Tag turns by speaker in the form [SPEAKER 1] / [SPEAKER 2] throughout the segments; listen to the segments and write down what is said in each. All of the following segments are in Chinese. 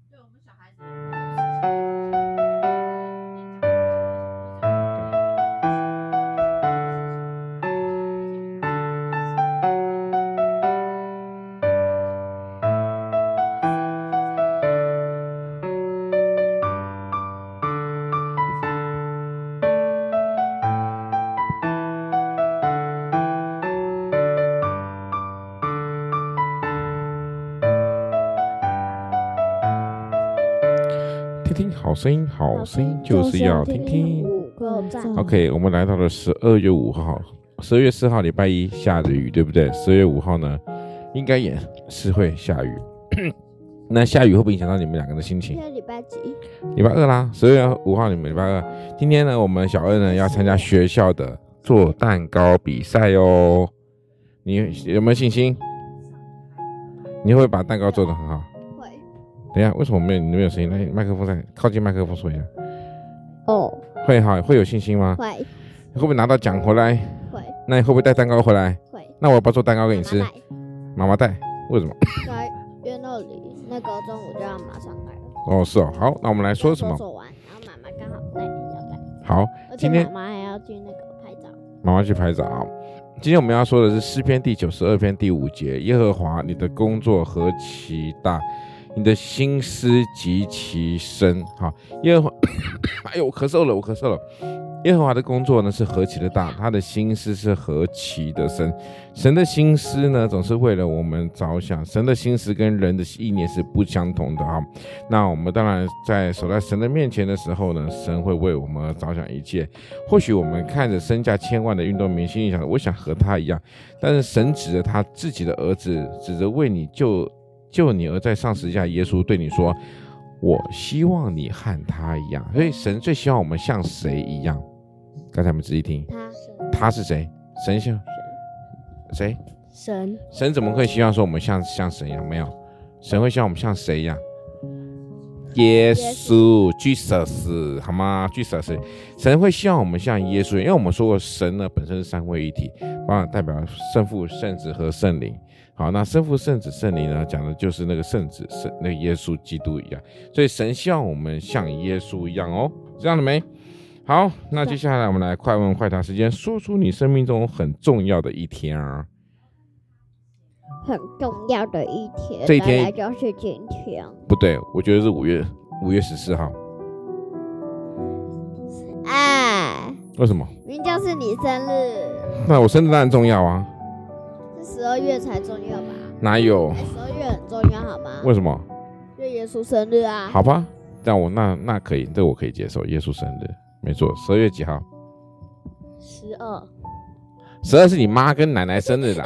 [SPEAKER 1] 小孩子有很多事情
[SPEAKER 2] 听听好声音，好声音就是要听听。
[SPEAKER 3] 五个赞。
[SPEAKER 2] OK，我们来到了十二月五号，十二月四号礼拜一下着雨，对不对？十二月五号呢，应该也是会下雨。 那下雨会不会影响到你们两个的心
[SPEAKER 3] 今
[SPEAKER 2] 情？
[SPEAKER 3] 天礼拜几？
[SPEAKER 2] 礼拜二啦，十二月五号，你们礼拜二。今天呢，我们小二呢要参加学校的做蛋糕比赛哦。你有没有信心？你会把蛋糕做得很好？
[SPEAKER 3] 会
[SPEAKER 2] 等一下，为什么没有你没有声音？那麦克风在靠近麦克风说一下，
[SPEAKER 3] 哦，
[SPEAKER 2] 会哈会有信心吗？
[SPEAKER 3] 会
[SPEAKER 2] 会不会拿到奖回来？
[SPEAKER 3] 会
[SPEAKER 2] 那你会不会带蛋糕回来？
[SPEAKER 3] 会。
[SPEAKER 2] 那我要不要做蛋糕给你
[SPEAKER 3] 妈
[SPEAKER 2] 吃
[SPEAKER 3] 妈？来，
[SPEAKER 2] 妈妈带，为什么？
[SPEAKER 3] 来约那里，那个中午就要马上来了。
[SPEAKER 2] 哦，是哦。好，那我们来说什么？
[SPEAKER 3] 做完，然后妈妈刚好带你要来，
[SPEAKER 2] 好，
[SPEAKER 3] 而且
[SPEAKER 2] 今天
[SPEAKER 3] 妈妈还要去那个拍照。
[SPEAKER 2] 妈妈去拍照啊。今天我们要说的是诗篇第九十二篇第五节：耶和华，你的工作何其大，你的心思极其深。好，耶和华， 哎呦，我咳嗽了，我咳嗽了。耶和华的工作呢是何其的大，他的心思是何其的深。神的心思呢总是为了我们着想，神的心思跟人的意念是不相同的啊。那我们当然在守在神的面前的时候呢，神会为我们而着想一切。或许我们看着身价千万的运动明星，你想我想和他一样，但是神指着他自己的儿子，指着为你救救你而在上十字架的耶稣对你说：“我希望你和他一样。”所以神最希望我们像谁一样？刚才我们仔细听，
[SPEAKER 3] 他
[SPEAKER 2] 他是谁？神像谁？
[SPEAKER 3] 神
[SPEAKER 2] 神怎么会希望说我们像像神一样？没有，神会希望我们像谁一样？耶稣，Jesus，好吗？Jesus，神会希望我们像耶稣，因为我们说过，神呢本身是三位一体，当然代表圣父、圣子和圣灵。好，那圣父、圣子、圣灵呢，讲的就是那个圣子、圣那个耶稣基督一样，所以神希望我们像耶稣一样哦，知道了没？好，那接下来我们来快问快答时间，说出你生命中很重要的一天啊。
[SPEAKER 3] 很重要的一天，
[SPEAKER 2] 这一天
[SPEAKER 3] 本来就是今天。
[SPEAKER 2] 不对，我觉得是五月五月十四号。
[SPEAKER 3] 哎，
[SPEAKER 2] 为什么？
[SPEAKER 3] 明天就是你生日，
[SPEAKER 2] 那我生日当然重要啊，
[SPEAKER 3] 是十二月才重要吧？
[SPEAKER 2] 哪有
[SPEAKER 3] 哎，？十二月很重要好吗？
[SPEAKER 2] 为什么？
[SPEAKER 3] 就耶稣生日啊。
[SPEAKER 2] 好吧，那我那那可以，这我可以接受。耶稣生日，没错，十二月几号？
[SPEAKER 3] 十二
[SPEAKER 2] 十二是你妈跟奶奶生日啦。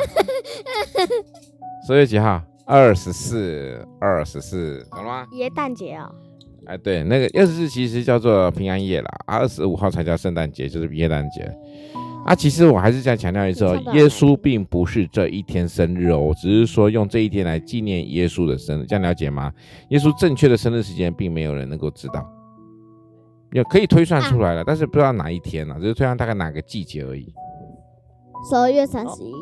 [SPEAKER 2] 十二月几号？二十四，二十四，懂了吗？
[SPEAKER 3] 耶诞节啊，
[SPEAKER 2] 哎，对，那个二十四其实叫做平安夜啦，啊，二十五号才叫圣诞节，就是耶诞节。啊，其实我还是再强调一次哦
[SPEAKER 3] 你看，到了
[SPEAKER 2] 耶稣并不是这一天生日哦，只是说用这一天来纪念耶稣的生日，这样了解吗？耶稣正确的生日时间并没有人能够知道，也可以推算出来了，但是不知道哪一天啊呢、只是推算大概哪个季节而已。
[SPEAKER 3] 十二月三十一。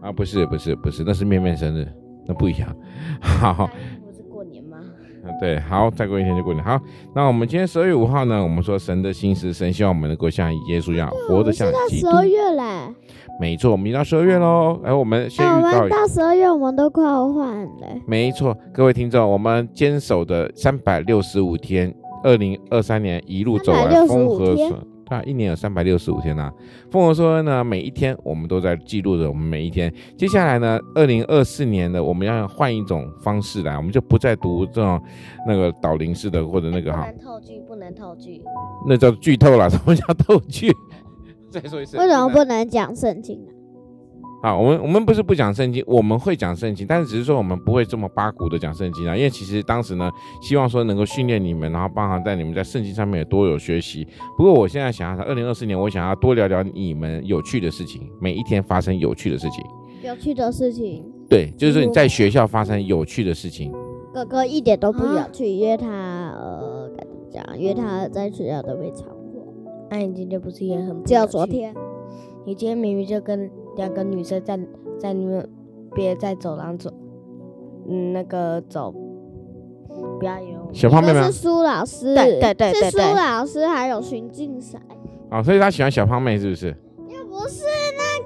[SPEAKER 2] 啊，不是，不是，不是，那是面面生日，那不一样。 好，
[SPEAKER 3] 不是过年吗？
[SPEAKER 2] 嗯，对，好，再过一天就过年。好，那我们今天十二月五号呢，我们说神的心思，神希望我们能够像耶稣一样，活得像基
[SPEAKER 3] 十
[SPEAKER 2] 督。
[SPEAKER 3] 二月嘞，
[SPEAKER 2] 没错，我们已经到十二月喽。哎，我们先
[SPEAKER 3] 哎，我
[SPEAKER 2] 预告
[SPEAKER 3] 们
[SPEAKER 2] 一下。
[SPEAKER 3] 到十二月我们都快要换嘞。
[SPEAKER 2] 没错，各位听众，我们坚守的三百六十五天，二零二三年一路走来，
[SPEAKER 3] 365
[SPEAKER 2] 风和
[SPEAKER 3] 天
[SPEAKER 2] 水。对啊，一年有三百六十五天呐、风和说呢，每一天我们都在记录着我们每一天。接下来呢，二零二四年呢，我们要换一种方式来，我们就不再读这种那个导灵式的或者那个哈，
[SPEAKER 3] 透剧，不能透剧。
[SPEAKER 2] 那叫剧透 啦，什么叫透剧？再说一次，
[SPEAKER 3] 为什么不能讲圣经啊？
[SPEAKER 2] 好，我们我们不是不讲圣经，我们会讲圣经，但是只是说我们不会这么八股的讲圣经啊，因为其实当时呢，希望说能够训练你们，然后包含在你们在圣经上面也多有学习。不过我现在想要，二零二四年我想要多聊聊你们有趣的事情，每一天发生有趣的事情。
[SPEAKER 3] 有趣的事情，
[SPEAKER 2] 对，就是说你在学校发生有趣的事情。
[SPEAKER 3] 哥哥一点都不
[SPEAKER 4] 啊
[SPEAKER 3] 有趣，因为他呃，该怎么讲？因为他在学校都没唱过，
[SPEAKER 4] 那你今天不是也很不
[SPEAKER 3] 只有
[SPEAKER 4] 有
[SPEAKER 3] 昨
[SPEAKER 4] 趣？
[SPEAKER 3] 天。
[SPEAKER 4] 你今天明明就跟两个女生在在那边在走廊走，嗯，那个走，不要以为我
[SPEAKER 2] 小胖妹妹啊
[SPEAKER 3] 你说是苏老师，
[SPEAKER 4] 对对对对
[SPEAKER 3] 是苏
[SPEAKER 4] 对
[SPEAKER 3] 老师还有荀敬才，
[SPEAKER 2] 啊，所以他喜欢小胖妹是不是？
[SPEAKER 3] 又哎不是那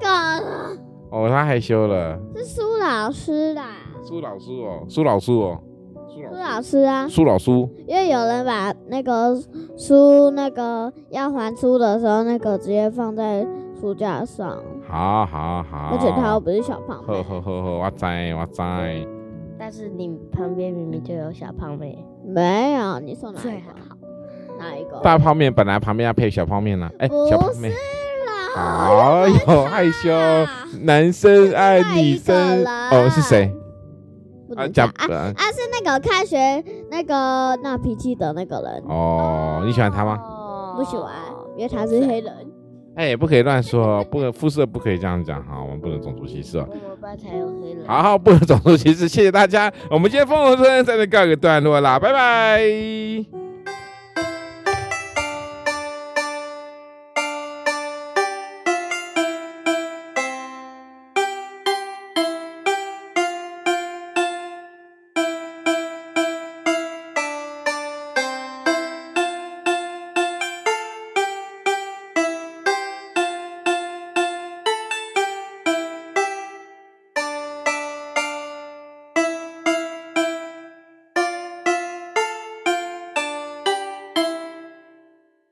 [SPEAKER 3] 个，
[SPEAKER 2] 哦，他害羞了。
[SPEAKER 3] 是苏老师啦，
[SPEAKER 2] 苏老师哦，苏老师哦，苏
[SPEAKER 3] 苏
[SPEAKER 2] 老
[SPEAKER 3] 老师啊，
[SPEAKER 2] 苏老师，
[SPEAKER 3] 因为有人把那个书那个要还书的时候，那个直接放在书架上，
[SPEAKER 2] 好好好。
[SPEAKER 3] 而且他又不是小胖
[SPEAKER 2] 哦呵
[SPEAKER 3] 妹，
[SPEAKER 2] 呵呵呵，我知我知。
[SPEAKER 4] 但是你旁边明明就有小胖妹，
[SPEAKER 3] 没有，你说哪
[SPEAKER 4] 最
[SPEAKER 3] 一
[SPEAKER 4] 好
[SPEAKER 3] 个？哪一个？
[SPEAKER 2] 大泡面本来旁边要配小泡面呢、哎、
[SPEAKER 3] 不啊
[SPEAKER 2] 小泡面。
[SPEAKER 3] 是啦，
[SPEAKER 2] 好有害羞，男生爱女
[SPEAKER 3] 另外一
[SPEAKER 2] 生
[SPEAKER 3] 个啦
[SPEAKER 2] 哦是谁
[SPEAKER 3] 啊不
[SPEAKER 2] 啊？
[SPEAKER 3] 能讲啊
[SPEAKER 2] 呃
[SPEAKER 3] 啊，是那个开学那个闹脾气的那个人，
[SPEAKER 2] 哦，你喜欢他吗？
[SPEAKER 4] 吗
[SPEAKER 3] 不喜欢，
[SPEAKER 2] 哦
[SPEAKER 3] 因为他是黑人。
[SPEAKER 2] 哎，不可以乱说，不可肤色不可以这样讲哈，我们不能种族歧视哦。
[SPEAKER 4] 我们班才有黑人。
[SPEAKER 2] 好好，不能种族歧视，谢谢大家，我们今天《风龙村》在这告一个段落啦，拜拜。